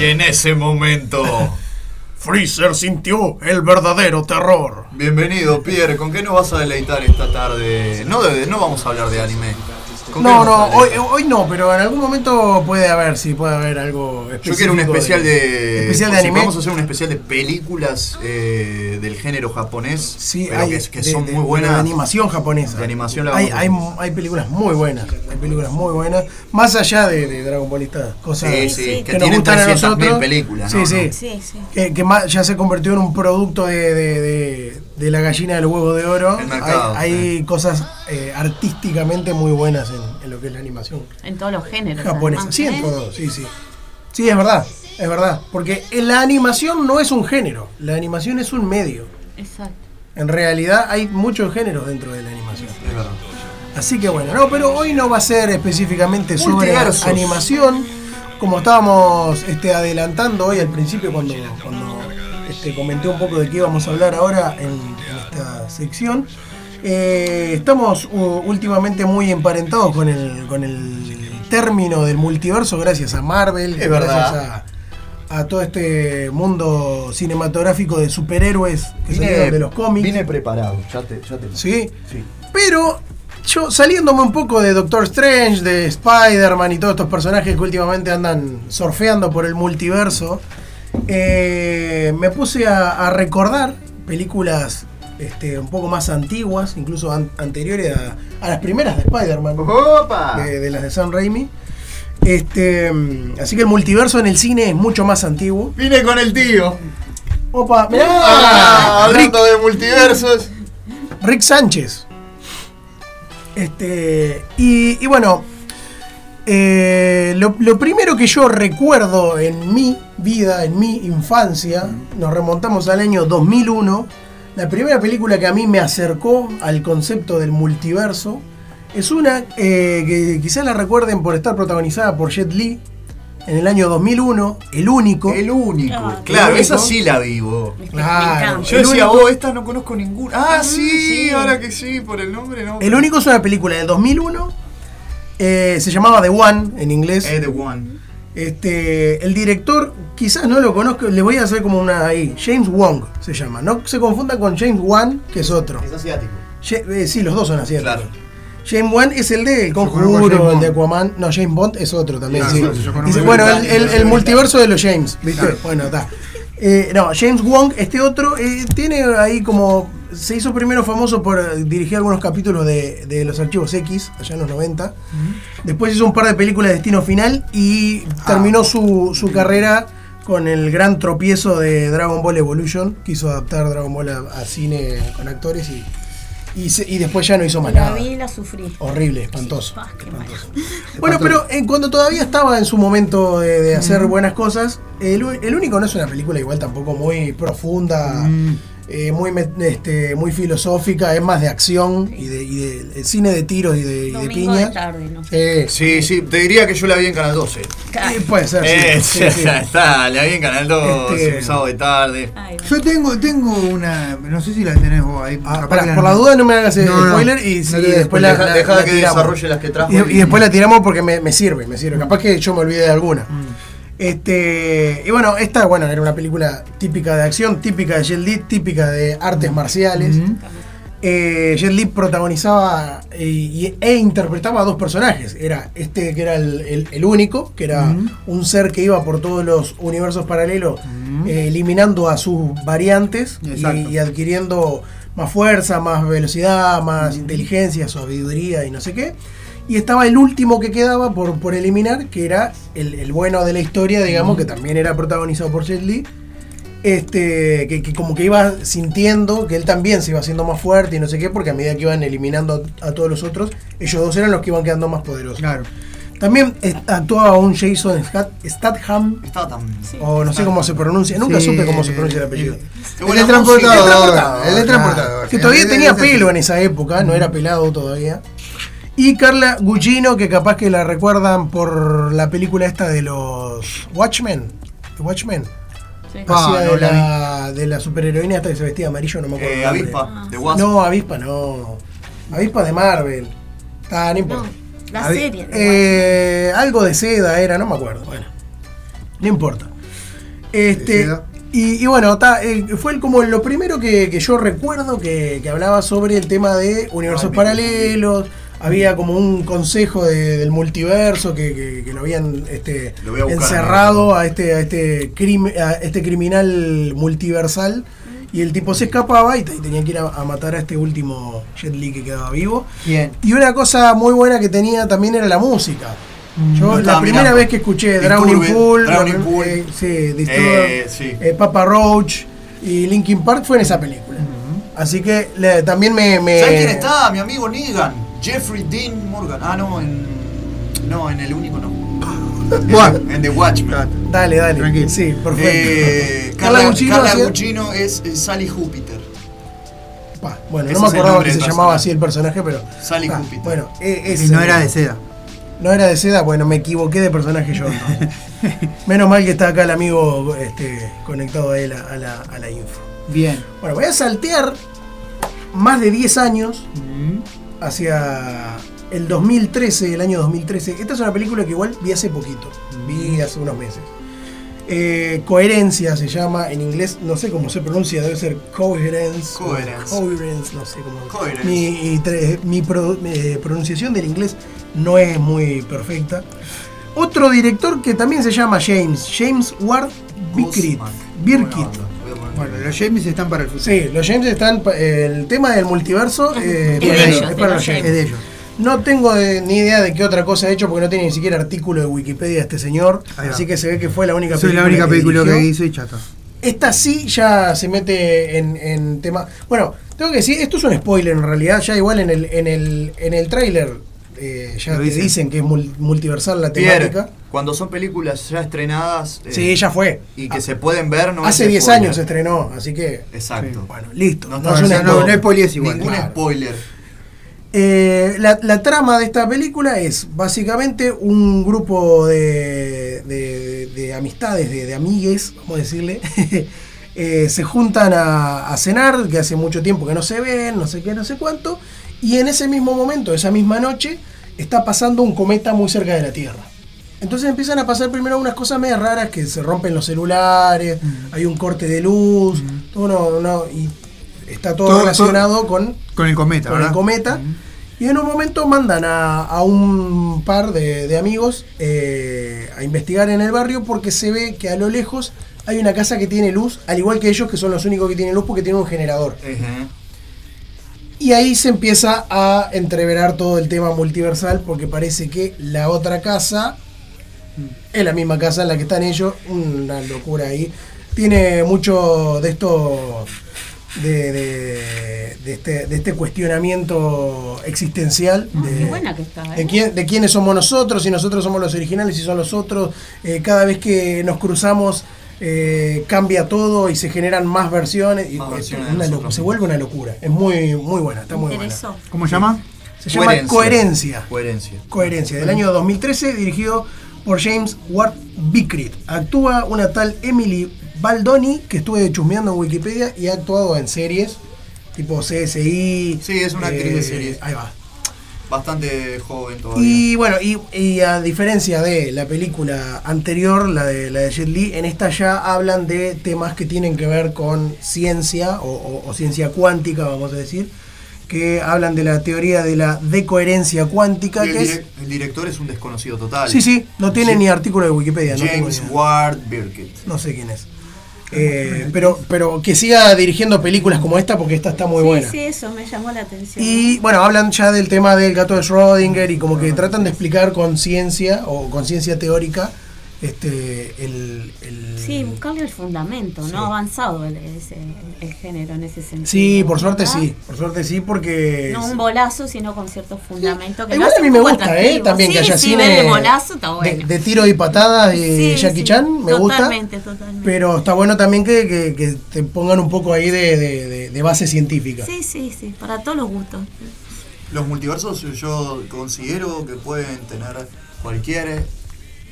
En ese momento. Freezer sintió el verdadero terror. Bienvenido, Pierre. ¿Con qué nos vas a deleitar esta tarde? No, de- no vamos a hablar de anime. ¿Con qué No, nos no, vas a hoy, deleitar? hoy no, pero en algún momento puede haber, sí, puede haber algo específico. Yo quiero un especial de. Especial de si anime. Vamos a hacer un especial de películas eh, del género japonés. Sí, pero hay que, que de- son de- muy buenas. De animación japonesa. De animación la hay, vamos a hay, hacer. hay películas muy buenas. Hay películas muy buenas. Más allá de, de Dragon Ball y estas cosas Sí, sí, sí, que que, nos tienen gustan a 300.000 nosotros. películas. Sí, ¿no? sí. Sí, sí. que, que más ya se convirtió en un producto de, de- de- de la gallina del huevo de oro. El mercado, hay hay cosas eh, artísticamente muy buenas en, en lo que es la animación En todos los géneros. japonesa. además, Sí, en ¿eh? todo, sí, sí. Sí, es verdad, es verdad. Porque la animación no es un género, la animación es un medio. Exacto. En realidad hay muchos géneros dentro de la animación. Es verdad. Así que bueno, no, pero hoy no va a ser específicamente sobre Multiversos. animación, como estábamos este, adelantando hoy al principio cuando, cuando, este, comenté un poco de qué íbamos a hablar ahora en, en esta sección. Eh, estamos u- últimamente muy emparentados con el, con el término del multiverso gracias a Marvel, Es gracias verdad. a, a todo este mundo cinematográfico de superhéroes que salieron de los cómics. vine preparado, ya te, ya te ¿sí? Sí. Pero yo saliéndome un poco de Doctor Strange, de Spider-Man y todos estos personajes que últimamente andan surfeando por el multiverso, eh, me puse a, a recordar películas este, un poco más antiguas, incluso an- anteriores a, a las primeras de Spider-Man, ¡Opa! de, de las de Sam Raimi. Este, mm, así que el multiverso en el cine es mucho más antiguo. Vine con el tío. Opa, mirá, Ah, Rick hablando de multiversos. Rick Sánchez. Este. Y, y bueno. eh, lo, lo primero que yo recuerdo en mi vida, en mi infancia, nos remontamos al año 2001. La primera película que a mí me acercó al concepto del multiverso es una eh, que quizás la recuerden por estar protagonizada por Jet Li en el año 2001, el único. El único. Ah, claro, el esa único. sí la vivo. Me- me Claro. encanta. Yo El decía, único- oh, esta no conozco ninguna. Ah, sí, sí. ahora que sí, por el nombre no. El único es una película del 2001. eh, se llamaba The One en inglés. Es The One. Este, el director, quizás no lo conozco, le voy a hacer como una ahí. James Wong se llama. No se confunda con James Wan, que es otro. asiático. Ye- eh, sí, los dos son asiáticos. Claro. James Wan es el de El conozco a Conjuro, James el de Bond. Aquaman. No, James Bond es otro también. Ah, sí. yo conozco Dice, el bueno, el, británico, el- el el multiverso de los James, ¿viste? Bueno, está. Eh, no, James Wong, este otro, eh, tiene ahí como. Se hizo primero famoso por eh, dirigir algunos capítulos de, de los archivos X, allá en los 90. Después hizo un par de películas de Destino Final y Ah, terminó su, su carrera con el gran tropiezo de Dragon Ball Evolution. Quiso adaptar Dragon Ball a, a cine con actores y, y, se- y después ya no hizo más La nada. vi y la sufrí. Horrible, espantoso. Ah, qué mal. Bueno, pero eh, cuando todavía estaba en su momento de, de hacer buenas cosas, el, u- el único no es una película igual tampoco muy profunda, eh, muy, met- este, muy filosófica, es más de acción y de, y de- el cine de tiros y de, y de Domingo de piña. tarde, ¿no? Eh, Sí, sí, te diría que yo la vi en Canal 12. eh, puede ser. sí, Eh, sí, ya sí. está, la vi en Canal 12, Este- un sábado de tarde. Ay, bueno. Yo tengo, tengo una. No sé si la tenés vos ahí. Ah, capaz pará, que la- por la duda no me hagas el No, no, spoiler y, no y te doy después la, spoiler. Deja, la- deja la que tiramos. desarrolle las que trajo. Y, y después la tiramos porque me, me sirve, me sirve. Capaz que yo me olvidé de alguna. Mm. Este, y bueno, esta bueno, era una película típica de acción, típica de Jet Li, típica de artes marciales. Eh, Jet Li protagonizaba eh, y- e interpretaba a dos personajes. Era este que era el, el- el único, que era un ser que iba por todos los universos paralelos, eh, eliminando a sus variantes y- Exacto. y adquiriendo más fuerza, más velocidad, más inteligencia, sabiduría y no sé qué. Y estaba el último que quedaba por, por eliminar, que era el, el bueno de la historia, digamos, que también era protagonizado por Jet Li. Este, que, que como que iba sintiendo que él también se iba haciendo más fuerte y no sé qué, porque a medida que iban eliminando a, a todos los otros, ellos dos eran los que iban quedando más poderosos. Claro. También eh, actuaba un Jason Stat- Statham, Está tan. o no sé cómo se pronuncia, nunca Sí, supe cómo se pronuncia el el- apellido. El de transportador. Eh, El de Ah, transportador. Que todavía tenía pelo en esa época, no era pelado todavía. Y Carla Gugino, que capaz que la recuerdan por la película esta de los Watchmen. ¿De Watchmen? Sí. Ah, Hacía no de, la la, de la superheroína esta que se vestía de amarillo, no me acuerdo. Eh, el nombre. avispa, de Wasp. No, Avispa no. Avispa de Marvel. Ah, no No, importa. la A ver, serie. de Eh, algo de seda era, no me acuerdo. Bueno, no importa. Este, Decida. y, y bueno, ta, eh, fue el- como lo primero que, que yo recuerdo que, que hablaba sobre el tema de universos paralelos. Había como un consejo de- del multiverso que, que- que lo habían este, Lo voy a buscar, encerrado ¿no? a este, a, este crim- a este criminal multiversal. Y el tipo se escapaba y, t- y tenía que ir a, a matar a este último Jet Li que quedaba vivo. Bien. Y una cosa muy buena que tenía también era la música. Yo Lo la Mm, estaba primera mirando. vez que escuché Disturbed, Drowning Pool, Drowning eh, Pool. eh, sí, Disturbed, Eh, sí. eh, Papa Roach y Linkin Park fue en esa película. Mm-hmm. Así que le- también me, me- ¿Sabes quién está? Mi amigo Negan. Jeffrey Dean Morgan. Ah, no, en. No, en el único no. Bueno. En, en The Watchmen. Dale, dale. Tranquilo. Sí, perfecto. Eh, Carla Carla Gugino Carla hacía- Gugino es, es Sally Júpiter. Pa, bueno, ese no me es el acordaba nombre que se del llamaba personaje. así el personaje, pero. Sally Ah, Júpiter. Bueno, eh, Y ese- no era de seda. No era de seda, bueno, me equivoqué de personaje yo. entonces. Menos mal que está acá el amigo este, conectado a él a- a la- a la info. Bien. Bueno, voy a saltear más de 10 años hacia el 2013, el año 2013. Esta es una película que igual vi hace poquito, vi hace unos meses. Eh, coherencia se llama en inglés, no sé cómo se pronuncia, debe ser coherence. o Coherence. Coherence, no sé cómo. Coherence. Mi, y tre- mi pro- eh, pronunciación del inglés no es muy perfecta. Otro director que también se llama James, James Ward Bickrit. Guzman. Birkit. Buena onda. Voy a poner- Bueno, los James están para el futuro. Sí, los James están. pa- El tema del multiverso eh, Es para de ellos, ellos, es de para los los Es James. de ellos. No tengo de- ni idea de qué otra cosa ha hecho porque no tiene ni siquiera artículo de Wikipedia este señor. Ahí va. Así que se ve que fue la única Soy película. la única película que dirigió. hizo y chato. Esta sí ya se mete en, en tema. Bueno, tengo que decir, esto es un spoiler en realidad. Ya igual en el, en el, en el tráiler eh, ya Lo te dicen. dicen que es mul- multiversal la Pierre, temática. cuando son películas ya estrenadas eh, Sí, ya fue. Ah, y que se pueden ver, no Hace es 10 spoiler. años se estrenó, así que. Exacto. Bueno, listo. No No, está es un haciendo- spoiler. No, no es poli, es igual. Ningún Claro. spoiler. Eh, la, la trama de esta película es básicamente un grupo de, de- de amistades, de, de amigues, vamos a decirle. eh, se juntan a, a cenar, que hace mucho tiempo que no se ven, no sé qué, no sé cuánto. Y en ese mismo momento, esa misma noche, está pasando un cometa muy cerca de la Tierra. Entonces empiezan a pasar primero unas cosas medio raras que se rompen los celulares, hay un corte de luz, todo no- no, y está todo, Todo- todo- relacionado con Con el cometa, con ¿verdad? el cometa. Y en un momento mandan a, a un par de, de amigos eh, a investigar en el barrio porque se ve que a lo lejos hay una casa que tiene luz, al igual que ellos que son los únicos que tienen luz porque tienen un generador. Ejé. Y ahí se empieza a entreverar todo el tema multiversal porque parece que la otra casa es la misma casa en la que están ellos, una locura ahí. Tiene mucho de esto, de, de- de este, de este cuestionamiento existencial. Ah, de, qué buena que está, ¿eh? de, quién- de quiénes somos nosotros, si nosotros somos los originales, si son los otros. Eh, cada vez que nos cruzamos eh, cambia todo y se generan más versiones. y Más es versiones de una nosotros locu- mismos. se vuelve una locura. Es muy, muy buena, está muy buena. Interesó. ¿Cómo se llama? Se llama Coherencia. Coherencia. Coherencia, del año 2013, dirigido por James Ward Bickrit. Actúa una tal Emily Baldoni, que estuve chusmeando en Wikipedia y ha actuado en series tipo CSI. Sí, es una actriz de series. eh, Ahí va. Bastante joven todavía. Y bueno, y, y a diferencia de la película anterior, la de, la de Jet Li, en esta ya hablan de temas que tienen que ver con ciencia o, o- o ciencia cuántica, vamos a decir, que hablan de la teoría de la decoherencia cuántica, Y el, que es... direc- el director es un desconocido total. Sí, sí, no tiene Sí. ni artículo de Wikipedia. no tengo James ni idea. Ward Birkett. No sé quién es. Eh, pero, pero que siga dirigiendo películas como esta porque esta está muy sí, buena. sí, eso me llamó la atención. Y bueno, hablan ya del tema del gato de Schrödinger y como que tratan de explicar con ciencia o con ciencia teórica este el, el- Sí, buscarle el fundamento, Sí. ¿no? Avanzado el, ese- el- el género en ese sentido. Sí, por suerte ¿verdad? sí, por suerte sí porque No un bolazo, sino con ciertos fundamentos que lo Igual a hacen mí me poco gusta, eh, atractivo. también que Sí, haya sí, cine ver el bolazo está bueno. de, de tiro y patadas y Sí, Jackie sí, Chan, me gusta. Totalmente, totalmente. Pero está bueno también que, que- que te pongan un poco ahí de, de- de- de base científica. Sí, sí, sí, para todos los gustos. Los multiversos yo considero que pueden tener cualquier.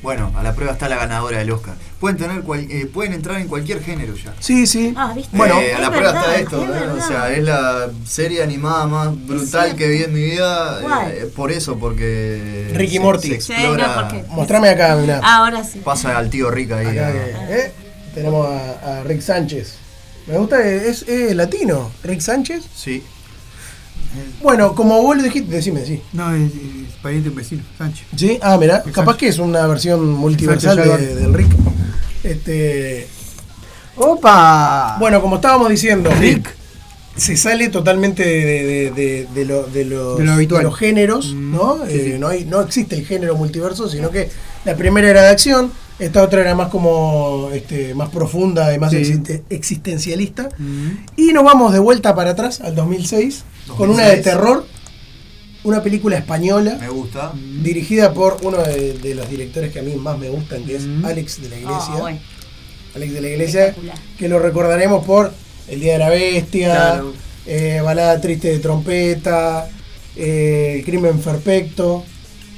Bueno, a la prueba está la ganadora del Oscar. Pueden tener cual- eh, pueden entrar en cualquier género ya. Sí, sí. Ah, ¿viste? Bueno, Eh, a es la prueba verdad, está esto, es ¿eh? o verdad. sea, es la serie animada más brutal que vi en mi vida. eh, ¿Cuál? por eso, porque. Ricky se- Morty. se Sí, explora- no, porque- Mostrame acá, mirá. Ah, Ahora sí. Pasa al tío Rica ahí. Acá, a- eh, eh. Tenemos a, a Rick Sánchez. Me gusta, eh, es, eh, latino. Rick Sánchez. Sí. Bueno, como vos lo dijiste, decime, sí. No, es, es pariente de un vecino, Sánchez. Sí, ah, mira, Rick capaz Sánchez. que es una versión multiversal Sánchez de- Jaguar. del Rick. Este, ¡Opa! bueno, como estábamos diciendo, Rick. se sale totalmente de, de- de- de lo- de los, De lo habitual. los géneros, Mm, ¿no? sí, Eh, sí. No, hay- no existe el género multiverso, sino que la primera era de acción, esta otra era más como este, más profunda y más Sí. existe- existencialista. Mm. Y nos vamos de vuelta para atrás, al 2006, con una de 2006. terror, una película española, Me gusta. dirigida por uno de, de los directores que a mí más me gustan, que es Mm. Alex de la Iglesia. Ah, bueno. Alex de la Iglesia, Espectacular. que lo recordaremos por El Día de la Bestia, Claro. eh, Balada Triste de Trompeta, eh, El Crimen Perfecto,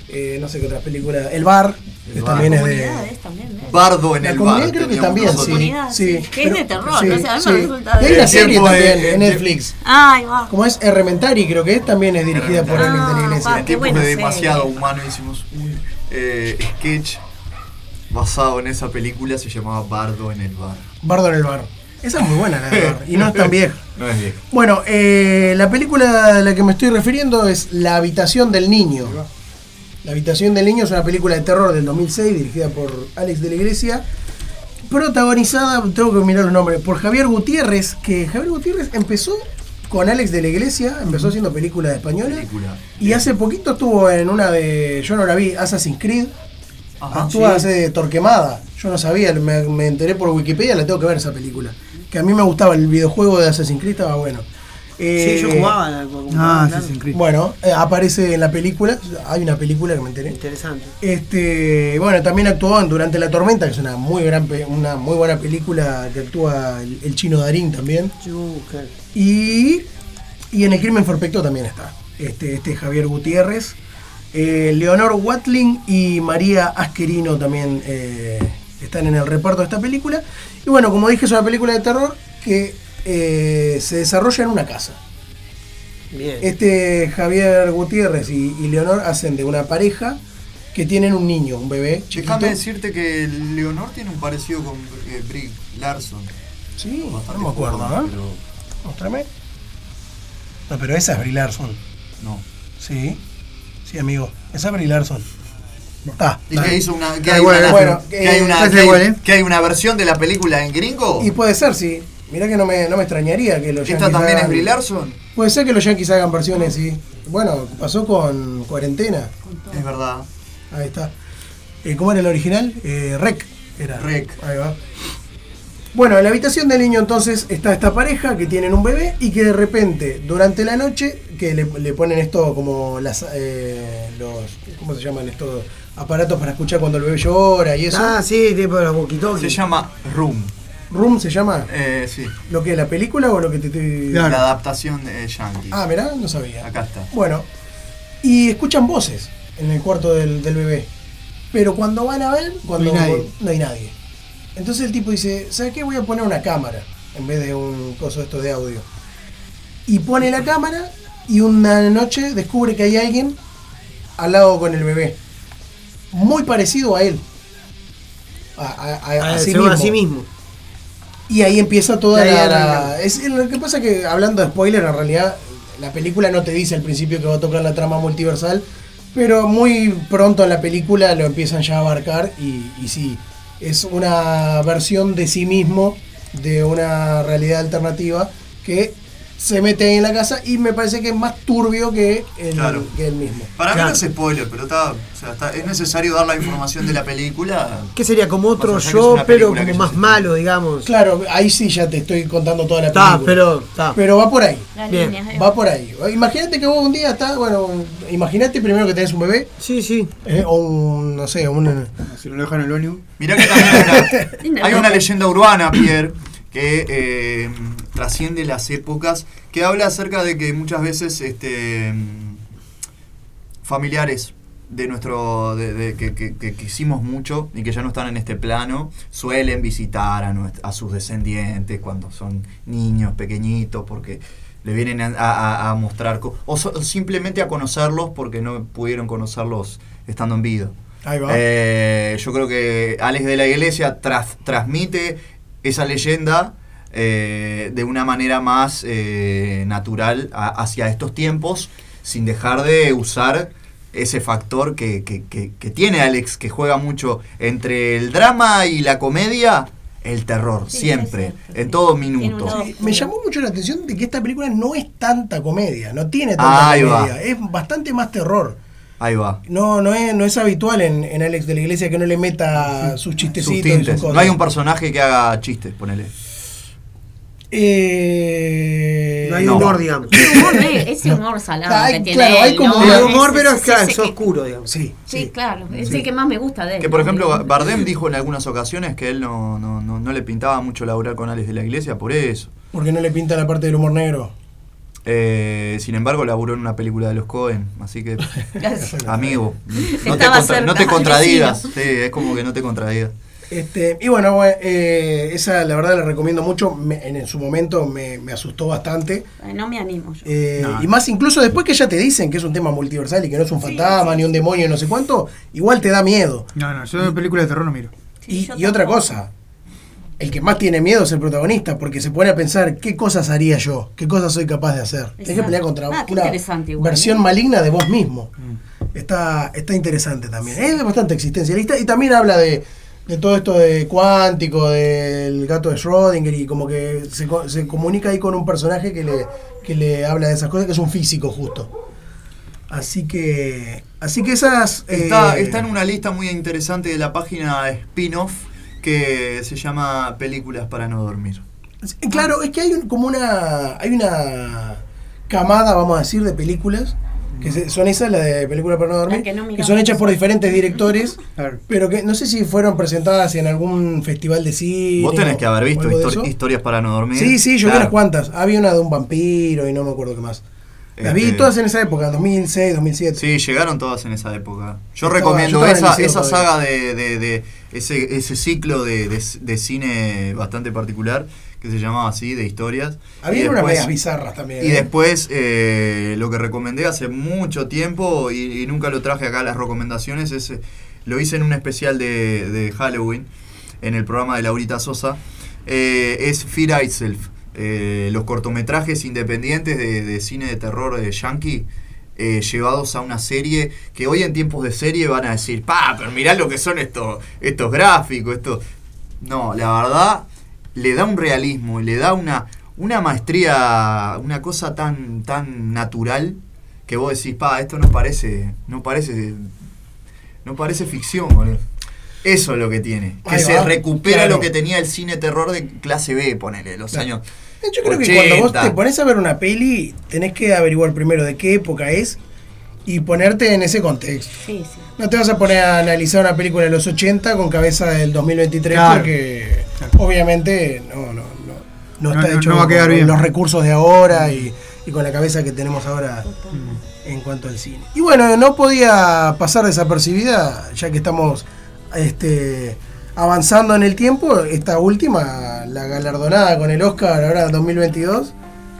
eh, no sé qué otras películas, El Bar, que Bar. también es de... Comunidades también, ¿eh? Bardo en La el comunidad bar. creo que teníamos también, nosotros. sí. Comunidad, sí. sí, que es de terror, no sé, a mí me resulta Y hay de- una serie Tiempo de- también en de- Netflix. Ay, va. Como es Errementari, creo que es, también es dirigida por Alex de la Ah, Iglesia. va. En Qué tiempos buena de serie. demasiado humano hicimos un eh, sketch basado en esa película, se llamaba Bardo en el bar. Bardo en el bar. Esa es muy buena la de Bar, Ah, y no es tan vieja. No es viejo. Bueno, eh, la película a la que me estoy refiriendo es La habitación del niño. La habitación del niño es una película de terror del 2006 dirigida por Alex de la Iglesia, protagonizada, tengo que mirar los nombres, por Javier Gutiérrez, que Javier Gutiérrez empezó con Alex de la Iglesia, empezó haciendo películas españolas Película. y hace poquito estuvo en una de, yo no la vi, Assassin's Creed, Ajá, actúa Ah, sí. hace de Torquemada, yo no sabía, me, me enteré por Wikipedia, la tengo que ver esa película, que a mí me gustaba el videojuego de Assassin's Creed, estaba bueno. Eh, Sí, yo jugaba a la computadora, Ah, claro. Assassin's Creed. Bueno, eh, aparece en la película, hay una película que me enteré. Interesante. Este, bueno, también actuó en Durante la Tormenta, que es una muy gran pe- una muy buena película que actúa el, el chino Darín también. Yuca. Y, y en El Crimen Perfecto también está. Este, este Javier Gutiérrez. Eh, Leonor Watling y María Asquerino también eh, están en el reparto de esta película. Y bueno, como dije, es una película de terror que eh, se desarrolla en una casa. Bien. Este Javier Gutiérrez y, y Leonor hacen de una pareja que tienen un niño, un bebé chiquito. Déjame decirte que Leonor tiene un parecido con eh, Brie Larson. Sí, Bastante no me acuerdo, joven, ¿eh? pero Mostrame. No, pero esa es Brie Larson. no. Sí. Sí, amigo. Esa es Brie Larson. Ah, Está. Y que hizo una, que Da hay igual, una, eh. Bueno, que hay eh, una- parece que hay- igual, eh. que hay una versión de la película en gringo. Y puede ser, sí. Mirá que no me, no me extrañaría que los Esta también es hagan- Brie Larson. Puede ser que los Yankees hagan versiones, sí. Bueno, pasó con cuarentena. Es verdad. Ahí está. Eh, ¿Cómo era el original? Eh, Rec. Era. Rec. Ahí va. Bueno, en la habitación del niño entonces está esta pareja que tienen un bebé y que de repente, durante la noche, que le, le ponen esto como las, eh, los, ¿cómo se llaman estos aparatos para escuchar cuando el bebé llora y eso? Ah, sí, tipo de los walkie-talkies. Se llama Room. ¿Room se llama? Eh, sí. ¿Lo que es la película o lo que te estoy...? Claro. La adaptación de Yankee. Ah, mirá, no sabía. Acá está. Bueno, y escuchan voces en el cuarto del, del bebé. Pero cuando van a ver, cuando No hay nadie. no hay nadie. Entonces el tipo dice, ¿sabes qué? Voy a poner una cámara en vez de un coso de esto de audio. Y pone la cámara y una noche descubre que hay alguien al lado con el bebé. Muy parecido a él. A, a- a- Ah, a sí se llama mismo. a sí mismo. Y ahí empieza toda Y ahí la... arranca. es, lo que pasa es que, hablando de spoiler, en realidad la película no te dice al principio que va a tocar la trama multiversal, pero muy pronto en la película lo empiezan ya a abarcar y, y sí, es una versión de sí mismo, de una realidad alternativa, que se mete ahí en la casa y me parece que es más turbio que el, Claro. que el mismo. Para mí Claro. no es spoiler, pero está, o sea, está- es necesario dar la información de la película. Que sería como otro Más allá que es yo, una pero película como que más yo sé. malo, digamos. Claro, ahí sí ya te estoy contando toda la Está, película. pero. Está. Pero va por ahí. Las Bien. líneas, eh. Va por ahí. Imagínate que vos un día estás, bueno, imagínate primero que tenés un bebé, Sí, sí. eh, o un, no sé, un... Si no lo dejan en el ómnibus. Mirá que también hay una, hay una leyenda urbana, Pierre, que eh, trasciende las épocas, que habla acerca de que muchas veces este, mm, familiares de nuestro de- de- que, que- que quisimos mucho y que ya no están en este plano suelen visitar a, nues- a sus descendientes cuando son niños pequeñitos porque le vienen a, a- a mostrar co- o so- simplemente a conocerlos porque no pudieron conocerlos estando en vida Ahí va. eh, yo creo que Alex de la Iglesia tras- transmite esa leyenda eh, de una manera más eh, natural a- hacia estos tiempos, sin dejar de usar ese factor que, que- que- que tiene Alex, que juega mucho entre el drama y la comedia, el terror, Sí, siempre, sí, sí, en todo Tiene minuto. un lado Sí, me llamó mucho la atención de que esta película no es tanta comedia, no tiene tanta Ahí va. comedia, es bastante más terror. Ahí va. No, no es, no es habitual en, en Alex de la Iglesia que no le meta sus chistecitos. Sus y sus tintes. cosas. No hay un personaje que haga chistes, ponele. Eh, No hay No. humor, digamos. Ese humor, eh, ese humor salado Ay, que tiene claro, él, hay como ¿no? un El Ese- humor, pero es ese- claro, ese es que- oscuro, digamos. Sí, Sí, sí. claro, es Sí. el que más me gusta de él. Que por ejemplo Ba- Bardem dijo en algunas ocasiones que él no, no, no, no le pintaba mucho laburar con Alex de la Iglesia por eso. Porque no le pinta la parte del humor negro. Eh, sin embargo, laburó en una película de los Cohen, así que Ah, amigo, no te, Estaba contra- cerca, no te vecino. contradigas, sí, es como que no te contradigas. Este, y bueno, bueno, eh, esa la verdad la recomiendo mucho. Me- en su momento me, me asustó bastante. Ay, No me animo yo. Eh, Y más incluso después que ya te dicen que es un tema multiversal y que no es un fantasma, ni un demonio, no sé cuánto, igual te da miedo. No, no, yo de películas de terror no miro. Sí, y yo y otra tampoco. cosa, el que más tiene miedo es el protagonista, porque se pone a pensar qué cosas haría yo, qué cosas soy capaz de hacer. Tienes que Exacto. pelear contra Ah, qué una interesante igual, versión ¿eh? maligna de vos mismo. Mm. Está, está interesante también. Es bastante existencialista y también habla de, de todo esto de cuántico, del gato de Schrödinger y como que se, co- se comunica ahí con un personaje que le, que le habla de esas cosas, que es un físico justo. Así que, así que esas... Está, eh, está en una lista muy interesante de la página spin-off que se llama Películas para no dormir. Sí, Claro, es que hay un- como una. Hay una camada, vamos a decir, de películas. Que se- son esas, las de películas para no dormir. La que no que miramos. son hechas por diferentes directores. Claro. Pero que no sé si fueron presentadas en algún festival de cine. Vos tenés o- que haber o visto algo de histori- eso. historias para no dormir. Sí, sí, yo vi Claro. unas cuantas. Había una de un vampiro y no me acuerdo qué más. Las vi Este- todas en esa época, 2006, 2007. Sí, llegaron todas en esa época. Yo Estaba- recomiendo yo estaba en el esa, liceo esa todavía. saga de, de- de- ese, ese ciclo de, de- de cine bastante particular que se llamaba así, de historias. Y Había unas después- medias bizarras también. Y ¿eh? después eh, lo que recomendé hace mucho tiempo y, y nunca lo traje acá a las recomendaciones es eh, lo hice en un especial de, de Halloween en el programa de Laurita Sosa eh, es Fear Itself eh, los cortometrajes independientes de, de cine de terror de yankee eh, llevados a una serie que hoy en tiempos de serie van a decir pa pero mirá lo que son estos estos gráficos estos no, la verdad le da un realismo y le da una, una maestría, una cosa tan, tan natural que vos decís, pa, esto no parece, no parece, no parece ficción, boludo". Eso es lo que tiene. Que Ahí se va, recupera claro. lo que tenía el cine terror de clase B, ponele, de los años. Eh, Yo creo que cuando vos 80. te pones a ver una peli, tenés que averiguar primero de qué época es y ponerte en ese contexto. Sí, sí. No te vas a poner a analizar una película de los 80 con cabeza del 2023 Claro. porque obviamente no, no, no, no No, está no, hecho no va a con- quedar con bien. los recursos de ahora y, y con la cabeza que tenemos ahora en cuanto al cine. Y bueno, no podía pasar desapercibida, ya que estamos este, avanzando en el tiempo, esta última, la galardonada con el Oscar ahora 2022.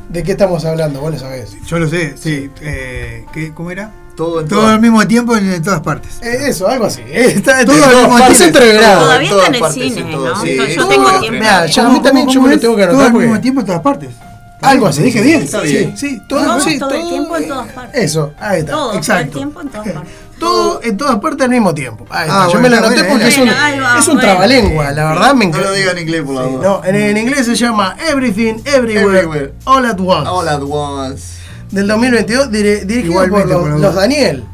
¿De qué estamos hablando? Vos lo sabés. Yo lo sé, sí. Eh, ¿qué, ¿Cómo era? Todo en Todo todas- al mismo tiempo en, en todas partes. Eh, Eso, algo así. Está, Todo está- al mismo parece tiempo. entreverado. todo, Todavía está en el partes, cine, en todo, ¿no? sí. Entonces yo Todo- tengo tiempo. Mirá, ya a mí también yo me lo tengo que Todo anotar al mismo porque tiempo en todas partes. algo así, dije bien. Está Sí, bien. sí, todo, Todo, sí, todo el tiempo en eh, todas partes. Eso, ahí está. Todo, todo el exacto. tiempo en todas partes. Todo en todas partes al mismo tiempo. Ahí está. Ah, Yo me bueno, lo está anoté bien, porque es un, bueno, ahí va, es un bueno. trabalengua, la verdad me No encanta. lo diga en inglés, por la Sí, duda. no, en, en inglés se llama Everything, Everywhere, Everywhere. Ah, All at Once. All at once. Del 2022, dire- dirigido Igualmente, por los, por la los duda. Daniel.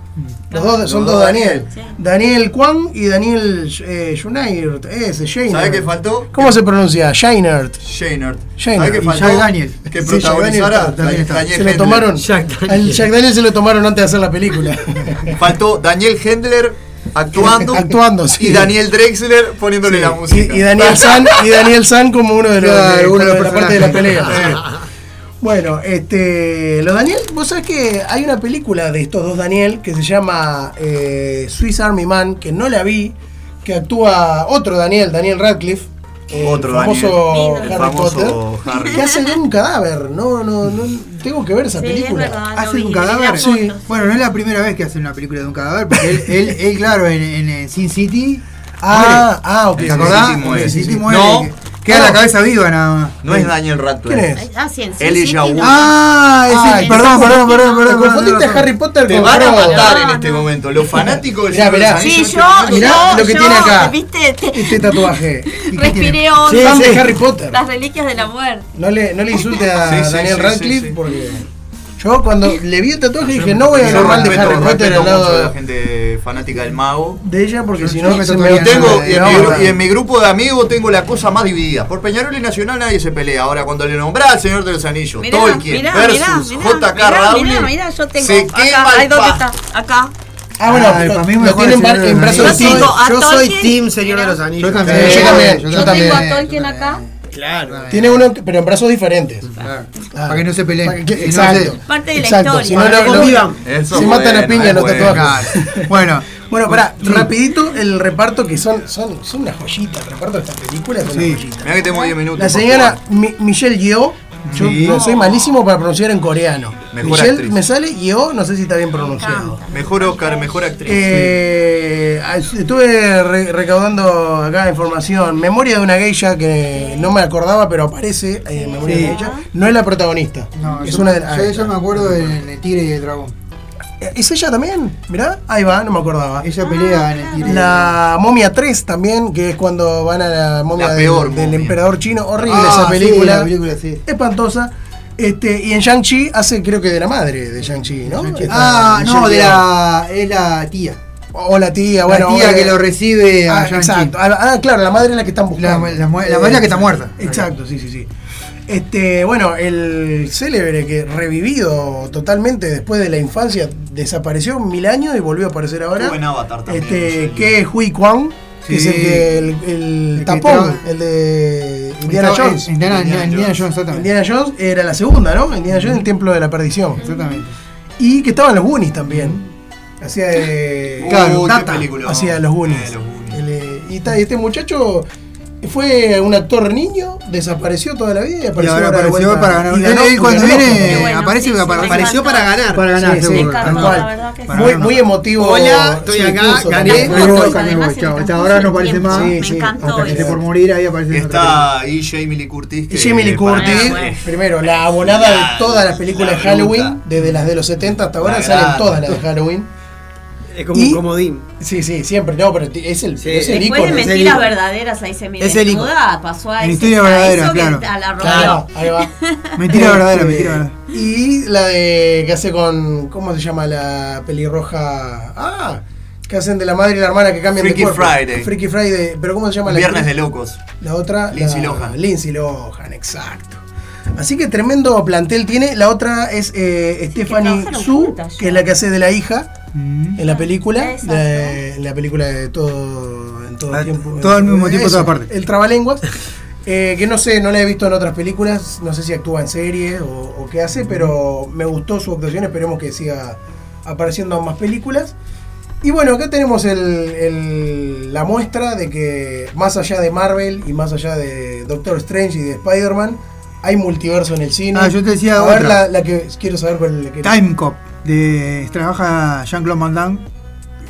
Los dos, son Los dos dos Daniel. Daniel. Sí. Daniel Kwan y Daniel eh, Schneidert, Ese, Scheinert. ¿Sabés qué faltó? ¿Cómo se pronuncia? Scheinert. Sheinert. Sheinert. ¿Sabés qué Y faltó? Jack Daniel. Que Sí, Jack protagonizara Daniel también está. Daniel Se lo Hendler. tomaron. Jack Daniel. Al Jack Daniel se lo tomaron antes de hacer la película. Faltó Daniel Hendler actuando. Actuando, sí. Y Daniel Drexler poniéndole la y, música. y Daniel San y Daniel San como uno de los, Claro, de- uno de los de la parte de la pelea. personajes. Ah, Sí. Bueno, este, los Daniel, vos sabés que hay una película de estos dos Daniel que se llama eh, Swiss Army Man, que no la vi, que actúa otro Daniel, Daniel Radcliffe. eh, Otro el famoso Daniel. El Harry Potter. famoso Harry. Que hace de un cadáver, no, no, no, tengo que ver esa Sí, es película. verdad, lo ¿Hacen vi, un vi las cadáver? fotos. Sí. Bueno, no es la primera vez que hacen una película de un cadáver, porque él, él, él, claro, en, en, eh, Sin City. Ah, ah, ok. ¿Te acordás? Sin City muere. Sin City No, muere. Queda la cabeza viva nada más. No es Daniel Radcliffe. ¿Quién es? Ah, sí, en Elijah Sin City Wood. no. Ah, es Ah, el- es- perdón, perdón, perdón, perdón. perdón, Confundiste perdón. a Harry Potter Te con van a Frodo. matar en No, este no. momento. Los fanáticos del Mirá, Señor de los mirá. Anillos Sí, yo, no te- Mirá yo, lo que yo, tiene acá. ¿Viste? Te- Este tatuaje. ¿Y qué tiene? Respiré hondo. Sí, Fan sí. de Harry Potter. Las reliquias de la muerte. No le, no le insulte a Sí, sí, Daniel sí, Radcliffe sí, sí. porque. Yo cuando le vi el tatuaje dije, no voy a Yo hablar mal de respeto, Harry Potter respeto al mucho a la lado gente fanática del mago. de ella porque Yo- si yo no me se tatuaría me Tengo, y, me en va a mi, gru- matar. y en mi grupo de amigos tengo la cosa más dividida. Por Peñarol y Nacional nadie se pelea. Ahora, cuando le nombrá al Señor de los Anillos, Mirá, Tolkien mirá, versus mirá, mirá, J.K. mirá, Rowling, Mirá, mirá, yo tengo. se quema acá, el ahí dónde pa- está. Acá. Ah, bueno, Ah, el para mí lo, mejor tienen el bar- Señor de en los brazos Yo de soy, Anillos. tigre. a yo soy Tolkien, Team Señor de los Anillos. Yo también. Eh, yo también, yo Yo también. tengo a Tolkien acá. Claro. Tiene uno, que- pero en brazos diferentes. Claro. Para que no se peleen. Para que- Y no se- Exacto. Parte de la Exacto, historia. si no, Para que lo- lo- convivan. Eso se es matan a bueno, piña es los bueno. tatuajes. Claro. Bueno, Bueno, pará, rapidito el reparto que son, son, son una joyita. El reparto de esta película es una Sí. joyita. Mirá que tengo 10 minutos. La por señora favor. Mi- Michelle Yeoh, yo Sí. no, soy malísimo para pronunciar en coreano. Mejor Michelle actriz. me sale Yeoh, no sé si está bien pronunciado. Mejor Oscar, mejor actriz. Eh, estuve re- recaudando acá información. Memoria de una geisha que no me acordaba, pero aparece eh, en Memoria de Sí. una geisha. No es la protagonista. no, es yo, una de yo- ah, yo está. me acuerdo del del Tigre y el Dragón. Eh, ¿Es ella también? Mirá, ahí va, no me acordaba. Ella pelea en el Tigre. y Ah, el Dragón. La momia 3 también, que es cuando van a la momia La del, peor del momia. emperador chino. Horrible Ah, esa sí, película. la película, sí. Espantosa. Este, y en Shang-Chi hace, creo que de la madre de Shang-Chi, ¿no? Esta Ah, no, Michelle de Yeoh. la. Es la tía. O la tía, La bueno. tía o- que lo recibe a Ah, Shang-Chi. exacto. Ah, ah, claro, la madre es la que están buscando. Eh, La- la mu- la madre la que está muerta. Exacto, sí, sí, sí. Este, bueno, el célebre que revivido totalmente después de la infancia desapareció mil años y volvió a aparecer ahora. Qué buen avatar también, Este, Michelle que es Hui Kwan, que es Sí. el, que- el, el El que tapón, tra- el de Indiana Está- Jones. Indiana, Indiana Indiana Jones. Jones, exactamente. Indiana Jones era la segunda, ¿no? Indiana Jones, el templo de la perdición. Exactamente. Y que estaban los Goonies también. Hacía de. Uy, claro, qué Tata película. Hacía los Goonies. Eh, los Goonies. El, eh, y, ta- y este muchacho fue un actor niño, desapareció toda la vida y Y apareció, ahora ahora de apareció vuelta. para ganar. Y ganó- él, él y cuando ganó. viene Qué bueno, aparece, sí, sí, para- me apareció encanta. para ganar. Para ganar, seguro, Me encantó, tal cual. la verdad que sí. Para Muy, ganar. muy emotivo. Hola, estoy acá, gané. también. Me voy, encantó, me voy, además, chao, el hasta campo ahora no sin aparece tiempo. más. Me Sí, sí, encantó. Hasta que esté eso. por morir ahí aparece. Está ahí Jamie Lee Curtis. que Y Jamie Lee Eh, para pues. Curtis, Ah, mí bueno. fue primero, la abonada de La- todas las películas la de Halloween, bruta. desde las de los 70 hasta ahora La salen grata. todas las de Halloween. Es como Y- un comodín. Sí, sí, siempre, no, pero es el, Sí. es el ícono. Después Después de es el mentiras ícono. verdaderas ahí se mide Es el desnuda, pasó a, En ese- historia a verdadera, eso que claro. a la rodeó. Claro, ahí va. Mentira verdadera, Este, mentira verdadera. Y la de que hace con. ¿Cómo se llama la pelirroja? Ah, que hacen de la madre y la hermana que cambian Freaky de cuerpo. Friday. Freaky Friday. Pero ¿cómo se llama un la Viernes de actriz? locos. La otra. Lindsay la- Lohan. Lindsay Lohan, exacto. Así que tremendo plantel tiene. La otra es eh, Stephanie trabajaron Su, juntas ya. que es la que hace de la hija Mm. en la película. Exacto. de- en la película de todo. En todo Ah, tiempo. todo al mismo tiempo, Eso, todas partes. El trabalenguas. eh, que no sé, no la he visto en otras películas. No sé si actúa en serie o, o qué hace, pero me gustó su actuación. Esperemos que siga apareciendo en más películas. Y bueno, acá tenemos el- el- la muestra de que más allá de Marvel y más allá de Doctor Strange y de Spider-Man, hay multiverso en el cine. Ah, yo te decía A ver, otra. la, la que quiero saber cuál es la que- Time Cop. De, trabaja Jean-Claude Van Damme.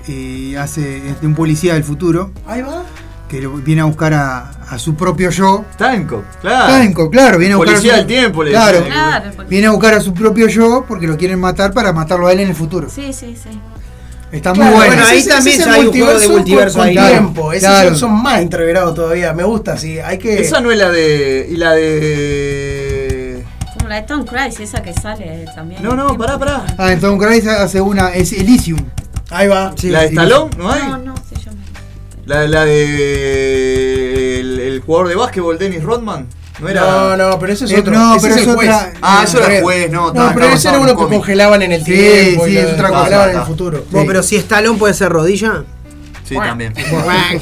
Y hace, es de un policía del futuro Ahí va. que lo- viene a buscar a, a su propio yo. Timecop, claro. Time Cop, claro, viene a buscar. a Ah, Policía su- del tiempo, le Claro. decían. Claro, porque- Viene a buscar a su propio yo porque lo quieren matar para matarlo a él en el futuro. Sí, sí, sí. Está muy Claro, bueno. bueno, ahí ese- también ese es ya hay un juego de multiverso multiverso con, ahí. con Claro, tiempo. Esos claro. son- son más entreverados todavía. Me gusta, sí. Hay que. Esa no es la de. Y la de. Como la de Tom Cruise, esa que sale eh, también. No, no, pará, pará. Ah, en Tom Cruise hace una, es Elysium. Ahí va. Sí, ¿La de sí, Stallone? ¿No hay? No, no, se llama. La, la de. El, el jugador de básquetbol, Dennis Rodman. No era. No, no, pero ese es Eh, otro. no, ese pero es, es el juez. otra- Ah, eso era Red. juez, no. No, ta, pero estaba ese era en un uno que cómic. congelaban en el Sí, tiempo. y sí, lo es otra cosa, congelaban en el ta. futuro. Vos, pero si Stallone puede ser rodilla. Sí, también.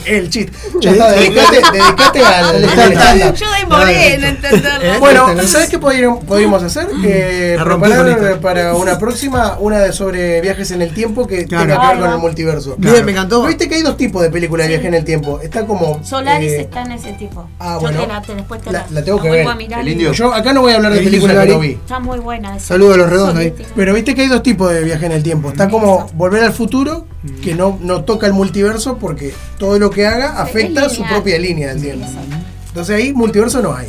El chiste. Ya está, dedicate, dedicate al, al estándar. Yo demoré en entenderlo. Bueno, ¿sabes qué podríamos, podríamos hacer? Eh, La rompí con preparar esta. para una próxima, una de sobre viajes en el tiempo que tenga Claro. que ver Ah, con va. el multiverso. Bien, me encantó. Viste que hay dos tipos de películas de viaje en el tiempo. Está como. Solaris eh, está en ese tipo. ah, Yo bueno. te la, te- después te La- la, la tengo que vuelvo ver. a mirar El y- indio. Yo acá no voy a hablar de El películas que Solari. no vi. Está muy buena esa. Saludos a los redondos ahí. Soviética. Pero viste que hay dos tipos de viaje en el tiempo. Está como volver al futuro, Mm. que no, no toca el multiverso porque todo lo que haga Es afecta su lineal. propia línea del Sí, tiempo. exacto. Entonces ahí multiverso no hay.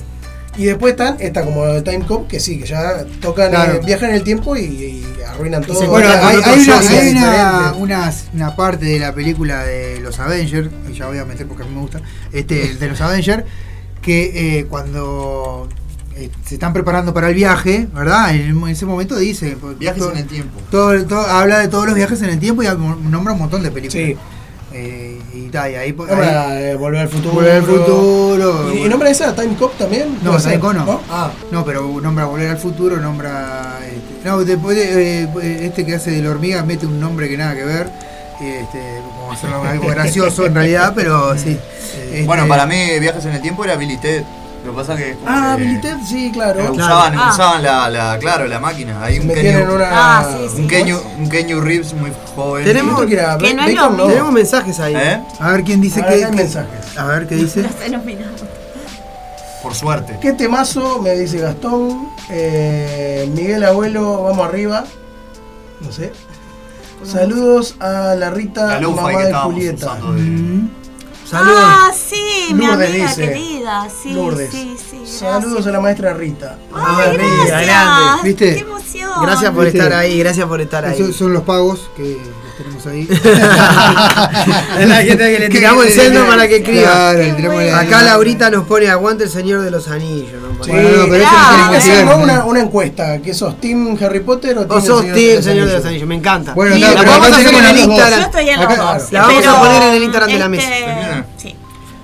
Y después están, está como Time Cop, que sí, que ya tocan, Claro. eh, viajan en el tiempo y, y arruinan todo. Sí, bueno, Claro, hay, otro hay una, show hay una, diferente. una- una parte de la película de los Avengers, y ya voy a meter porque a mí me gusta, este, el de los Avengers, que eh, cuando eh, se están preparando para el viaje, ¿verdad? En, en ese momento dice... pues, Viajes todo- en el tiempo. todo- todo- habla de todos los viajes en el tiempo y nombra un montón de películas. Sí. Eh, y, ta, y ahí... po- ahí- Ahora, eh, volver al futuro. Volver al futuro. ¿Y, y nombra esa? ¿Time Cop también? No, Puede ser, Time Cop no. Ah, No, pero nombra Volver al Futuro, nombra... este, no, después de, eh, este que hace de la hormiga mete un nombre que nada que ver. Este, como hacerlo algo gracioso en realidad, pero sí. Este, Bueno, para mí Viajes en el Tiempo era Billy Ted. Lo que pasa que... es como ah Eh, que- Billy Ted, sí, claro. que claro. Usaban, Ah. usaban la, la- claro, la máquina. Hay un Metían en Kenny, una. Ah, sí, sí. un Keanu- un Keanu Reeves muy joven. Tenemos- Otro que era Que no es Bacon, lo- Tenemos mensajes ahí. ¿Eh? A ver quién dice Ahora que... acá hay que- mensajes. A ver qué dice. Se nos miramos. Por suerte. ¿Qué temazo? Me dice Gastón. Eh, Miguel Abuelo, vamos arriba. No sé. Saludos a la La Rita, lufa ahí mamá que de estábamos Julieta. Mm. usando de... Mm. Saludos. Ah, sí, mi Lourdes amiga dice. querida. Sí, Lourdes. sí, sí. gracias. Saludos a la maestra Rita. Ay, Amiga, gracias. grande. Ah, ¿Viste? Qué emoción. Gracias por ¿Viste? estar ahí, gracias por estar ahí. Esos son los pagos que los tenemos ahí. Es la gente que le tiramos el centro para que escriba. Claro, le Qué tiramos bueno. la- Acá Laurita nos pone aguante el señor de los anillos. ¿no? Sí. Bueno, no, pero eso no tiene que Hacemos, ver, ¿no? ¿no? una, una encuesta, que sos Team Harry Potter o Team Vos El sos Señor Team Señor de los Anillos, me encanta. Bueno, Sí, no, la pero vamos acá a hacer tenemos en la- el Instagram. Yo estoy en Acá- los dos. la vamos a pero, poner en el Instagram de la este, mesa. Sí.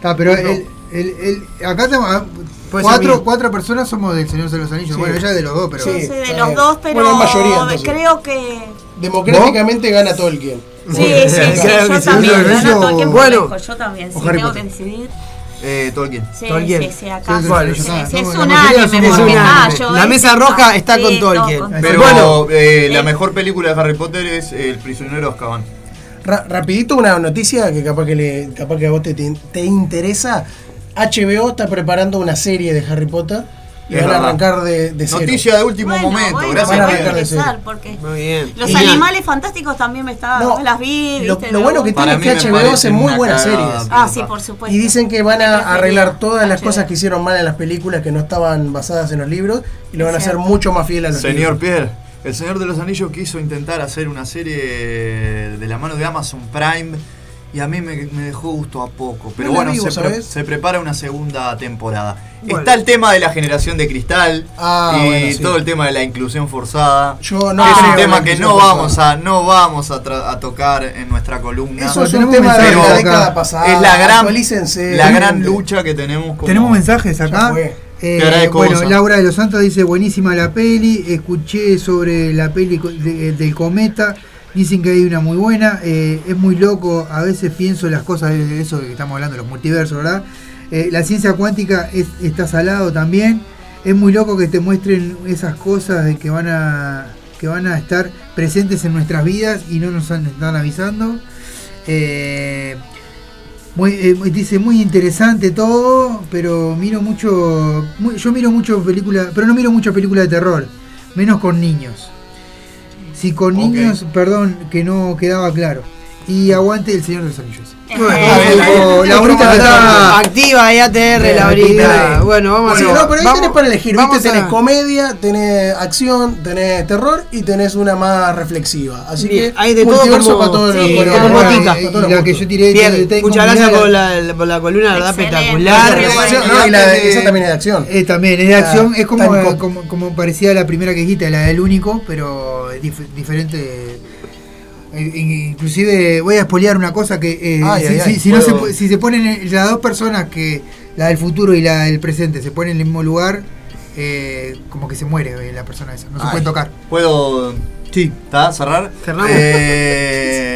Ah, pero el, el- el- acá estamos... ah, Puede ser mío. Cuatro, cuatro personas somos del Señor de los Anillos. Sí. Bueno, ella es de los dos, pero... Yo Sí. soy de está los bien. dos, pero Bueno, en mayoría, entonces. creo que. Democráticamente gana Tolkien. Sí, sí, sí, Creo que yo sí. también. Bueno, Yo no, todo el tiempo bueno. elijo, yo también. Si O Harry tengo que Potter. decidir. Eh, Tolkien. Sí, Tolkien. sí, sí, acá. Sí, sí, Sí, sí, sí, acá. sí, No, es la mayoría unánime. somos porque, ah, unánime. yo La es- mesa roja está con todo, Tolkien. con- Pero Bueno. eh, la mejor película de Harry Potter es El prisionero de Azkaban. Ra- rapidito una noticia que capaz que le, capaz que a vos te, te- te interesa. HBO está preparando una serie de Harry Potter y Es van a verdad. arrancar de, de cero. Noticia de último Bueno, momento. bueno, Gracias, me va a Pierre. Javier. interesar, porque Muy bien. Los Genial. animales fantásticos también me estaban. No, Ah, las vi, lo- viste, lo de bueno que vuelta. Para tiene mí me HBO hace parece muy una buenas cagada. series. Ah, sí, por supuesto. Ah, Y dicen que van a Prefería arreglar todas las HBO. cosas que hicieron mal en las películas que no estaban basadas en los libros y lo van a hacer Exacto. mucho más fiel a los Señor libros. Pierre, el Señor de los Anillos quiso intentar hacer una serie de la mano de Amazon Prime y a mí me, me dejó gusto a poco. Pero No la bueno, vi, se, vos pre- sabés. se prepara una segunda temporada. Bueno. Está el tema de la generación de cristal Ah, y bueno, sí. todo el tema de la inclusión forzada. Yo no es creo un en la tema que no inclusión vamos a no vamos a, tra- a tocar en nuestra columna. Eso es Pero un tenemos tema de Pero la mensajes década acá. pasada. es la gran, Actualícense. la gran lucha que tenemos. como- Tenemos mensajes acá. fue. Eh, Te agradezco, bueno, Gonza. Laura de los Santos dice buenísima la peli, escuché sobre la peli co- de- del cometa, dicen que hay una muy buena, eh, es muy loco, a veces pienso las cosas de eso que estamos hablando, los multiversos, ¿verdad? Eh, la ciencia cuántica es- está salado también, es muy loco que te muestren esas cosas de que van a que van a estar presentes en nuestras vidas y no nos han- están avisando. Eh, muy, eh, muy- dice muy interesante todo, pero miro mucho. muy- yo miro mucho películas, pero no miro mucho películas de terror, menos con niños. Si con Ok. niños, perdón, que no quedaba claro. Y aguante el Señor de los Anillos. bien, Dijo bien. Laurita está. Activa ahí ATR, Bien, Laurita. activa. Bueno, vamos Sí, a no, pero ahí vamos- tenés para elegir, vamos ¿viste? a- Tenés comedia, tenés acción, tenés terror y tenés una más reflexiva. Así Bien, que hay de todo multiverso como- para todos los sí, colores, como para botica. todos Eh, Y los la que gustos. yo tiré. Bien, tengo muchas gracias mirada. por la, por la columna, la verdad, Excelente. espectacular. Muy Sí, bueno. no, y la de- Eh, esa también es de acción. Eh, también, es de Ah, acción, es como, Time Cop. como, como parecía la primera que dijiste, la del único, pero es dif- diferente. Eh, in- Inclusive voy a espolear una cosa que eh, Ay, si, ay, si- ay, si no se, puedo. po- si se ponen eh, las dos personas que la del futuro y la del presente se ponen en el mismo lugar, eh, como que se muere eh, la persona esa, no se Ay. puede tocar. ¿Puedo Sí. ¿tá? cerrar? Cerramos.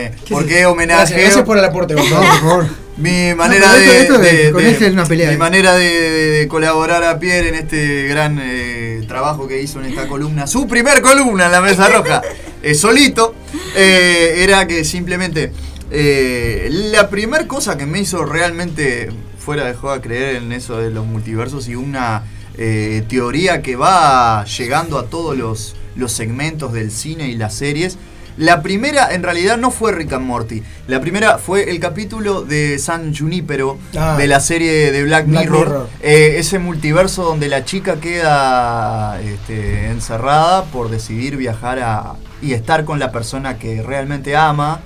Eh, porque homenaje. Gracias, gracias por el aporte, No, Gustavo. por favor. Mi manera pero de, esto- esto de- de- con de- este es una pelea. Mi manera de, de- de colaborar a Pierre en este gran eh, trabajo que hizo en esta columna, su primer columna en la Mesa Roja, eh, solito, eh, era que simplemente eh, la primera cosa que me hizo realmente fuera de joda creer en eso de los multiversos y una eh, teoría que va llegando a todos los, los segmentos del cine y las series La primera, en realidad, no fue Rick and Morty. La primera fue el capítulo de San Junipero Ah. de la serie de Black Black Mirror. Mirror. Eh, ese multiverso donde la chica queda este, encerrada por decidir viajar a, y estar con la persona que realmente ama.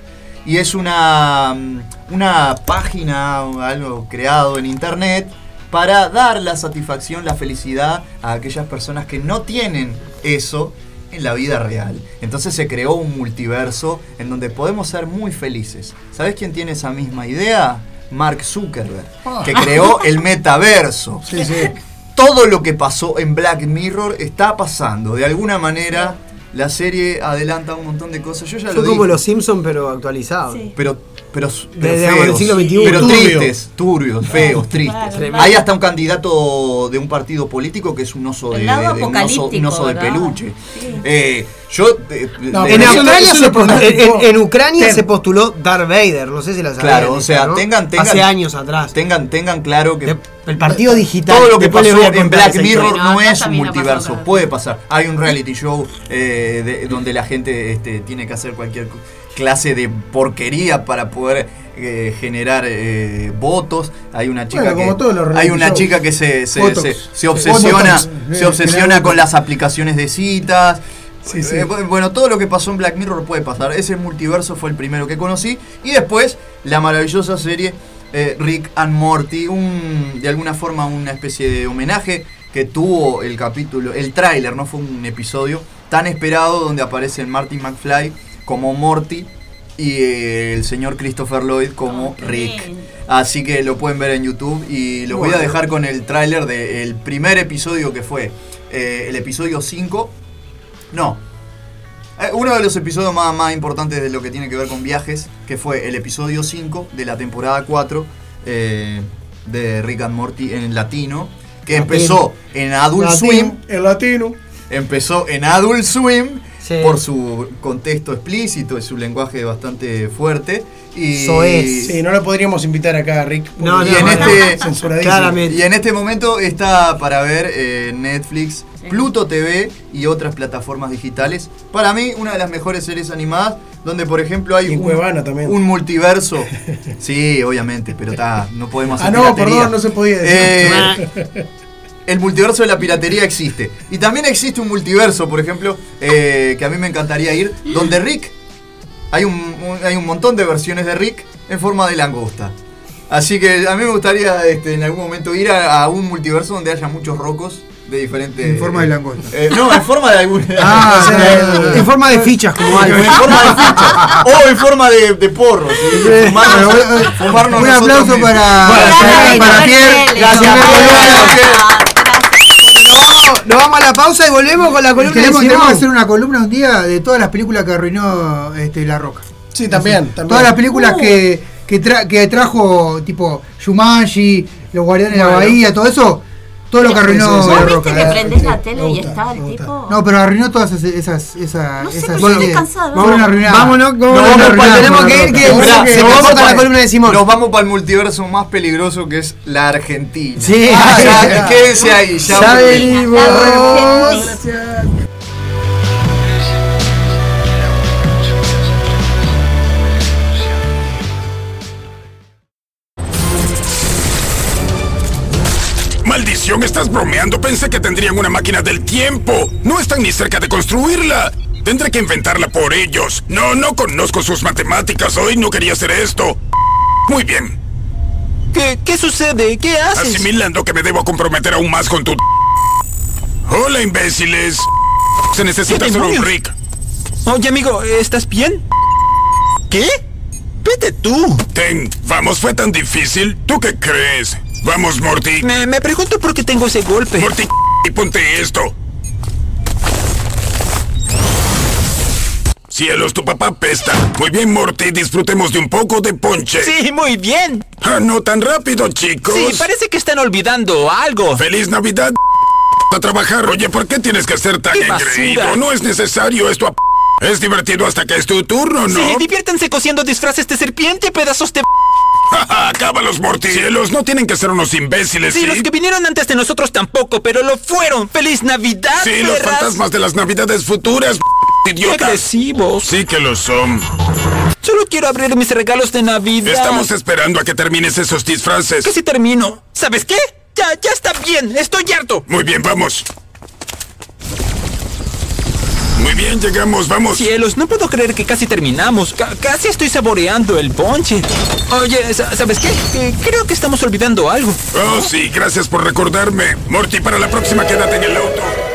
Y es una, mm, una página, o algo creado en internet, para dar la satisfacción, la felicidad a aquellas personas que no tienen eso en la vida real. Entonces se creó un multiverso en donde podemos ser muy felices. ¿Sabes quién tiene esa misma idea? Mark Zuckerberg, que creó el metaverso. Sí, sí. Todo lo que pasó en Black Mirror está pasando. De alguna manera, la serie adelanta un montón de cosas. Yo ya lo Fue como dije, los Simpsons, pero actualizado. Sí. pero, pero, pero Desde el feos, siglo XXI. pero Turbio. tristes, turbios, feos, tristes. Claro. Hay hasta un candidato de un partido político que es un oso de, El lado de- un oso, un apocalíptico, oso de ¿verdad? peluche. Sí. Eh, yo eh, No, le- En Eso- Australia, eso se lo postu- pronosticó. en, en Ucrania Ten. se postuló Darth Vader, no sé si la sabían. Claro, o sea, ¿no? tengan- tengan- Hace años atrás. tengan, tengan claro que De- el partido digital. Todo lo que después les pasó voy a en contar Black esa historia. Mirror historia. no, No, acá es un también ha pasado multiverso, otra vez. puede pasar. Hay un reality show eh, de- donde la gente este, tiene que hacer cualquier cu- clase de porquería para poder eh, generar eh, votos. Hay una chica Bueno, como todos los que reality hay una shows. chica que se, se- Botox. se- Sí. se obsesiona, Botox. se obsesiona con las aplicaciones de citas. Sí, sí. Eh, bu- bueno, todo lo que pasó en Black Mirror puede pasar. Ese multiverso fue el primero que conocí. Y después, la maravillosa serie eh, Rick and Morty. Un, de alguna forma, una especie de homenaje que tuvo el capítulo, el tráiler, no fue un episodio tan esperado donde aparecen Martin McFly como Morty y eh, el señor Christopher Lloyd como Oh, qué Rick. lindo. Así que lo pueden ver en YouTube y los voy a dejar con el tráiler del primer episodio que fue eh, el episodio 5. No. Eh, Uno de los episodios más, más importantes de lo que tiene que ver con viajes, que fue el episodio 5 de la temporada 4 eh, de Rick and Morty en latino, que Latino. empezó en Adult Latino, Swim, El latino. empezó en Adult Swim Sí. por su contexto explícito y su lenguaje bastante fuerte. Y, Soez. Sí, no lo podríamos invitar acá, Rick. No, porque no, es no, este- no. censuradísimo. Claramente. y en este momento está para ver eh, Netflix, Sí. Pluto TV y otras plataformas digitales. Para mí, una de las mejores series animadas, donde por ejemplo hay Y en un, Cuevana también. un multiverso. Sí, obviamente, pero está, no podemos Ah, hacer no, piratería. perdón, no se podía decir. Eh, el multiverso de la piratería existe. Y también existe un multiverso, por ejemplo, eh, que a mí me encantaría ir, donde Rick. Hay un, un- hay un montón de versiones de Rick en forma de langosta. Así que a mí me gustaría este, en algún momento ir a, a un multiverso donde haya muchos rocos de diferentes. En forma de langosta. Eh, no, en forma de algún. Ah, o sea, no, no, no. En forma de fichas, como en algo. forma de ficha. O en forma de, de porro. ¿sí? Fumarnos- fumarnos un nosotros aplauso mismos. Para para, para, para Roberto Pierre. Vélez. Gracias, Bravo, Pierre. Pierre. Ah, Nos vamos a la pausa y volvemos con la columna de Tenemos, tenemos Simón. que hacer una columna un día de todas las películas que arruinó este, La Roca. Sí, también, también. Todas las películas Uh. que, que, tra- que trajo, tipo Shumashi, Los Guardianes de la Bueno. Bahía, todo eso, todo lo que arruinó Sí, sí, sí. La ¿Vos Roca. viste que eh, prendés sí, la me tele y gusta, está el me gusta. tipo? No, pero arruinó todas esas esas esas No sé, esas pero yo estoy series. cansada. Fueron arruinadas. Vámonos, vámonos, Fueron vámonos, arruinadas, pues tenemos fueron que ir, que- arruinadas. Mirá, se nos corta vamos la para- columna de Simón. Nos vamos para el multiverso más peligroso que es la Argentina. Sí. Ah, ya, quédense ahí, ya Ya volvemos. venimos. ¡Maldición! ¿Estás bromeando? Pensé que tendrían una máquina del tiempo. No están ni cerca de construirla. Tendré que inventarla por ellos. No, no conozco sus matemáticas. Hoy no quería hacer esto. Muy bien. ¿Qué, qué sucede? ¿Qué haces? Asimilando que me debo comprometer aún más con tu... Hola, imbéciles. Se necesita ¿Qué solo un demonios? Rick. Oye, amigo, ¿estás bien? ¿Qué? Vete tú. Ten, vamos, fue tan difícil. ¿Tú qué crees? Vamos, Morty. Me, me pregunto por qué tengo ese golpe. Morty, y ponte esto. Cielos, tu papá pesta. Muy bien, Morty, disfrutemos de un poco de ponche. Sí, muy bien. Ah, no tan rápido, chicos. Sí, parece que están olvidando algo. ¡Feliz Navidad! A trabajar. Oye, ¿por qué tienes que ser tan ¡Qué basura! engreído? No es necesario esto. a- Es divertido hasta que es tu turno, ¿no? Sí, diviértanse cosiendo disfraces de serpiente, pedazos de... Acábalos, Morty. Cielos, no tienen que ser unos imbéciles, Sí, ¿sí? los que vinieron antes de nosotros tampoco, pero lo fueron. ¡Feliz Navidad, Sí, los perras! fantasmas de las Navidades futuras. idiota. agresivos. Sí que lo son. Solo quiero abrir mis regalos de Navidad. Estamos esperando a que termines esos disfraces. Casi termino. ¿Sabes qué? Ya, ya está bien. Estoy harto. Muy bien, vamos. Muy bien, llegamos, vamos. Cielos, no puedo creer que casi terminamos. Ca- casi estoy saboreando el ponche. Oye, sa- ¿sabes qué? Eh, creo que estamos olvidando algo. Oh, sí, gracias por recordarme. Morty, para la próxima quédate en el auto.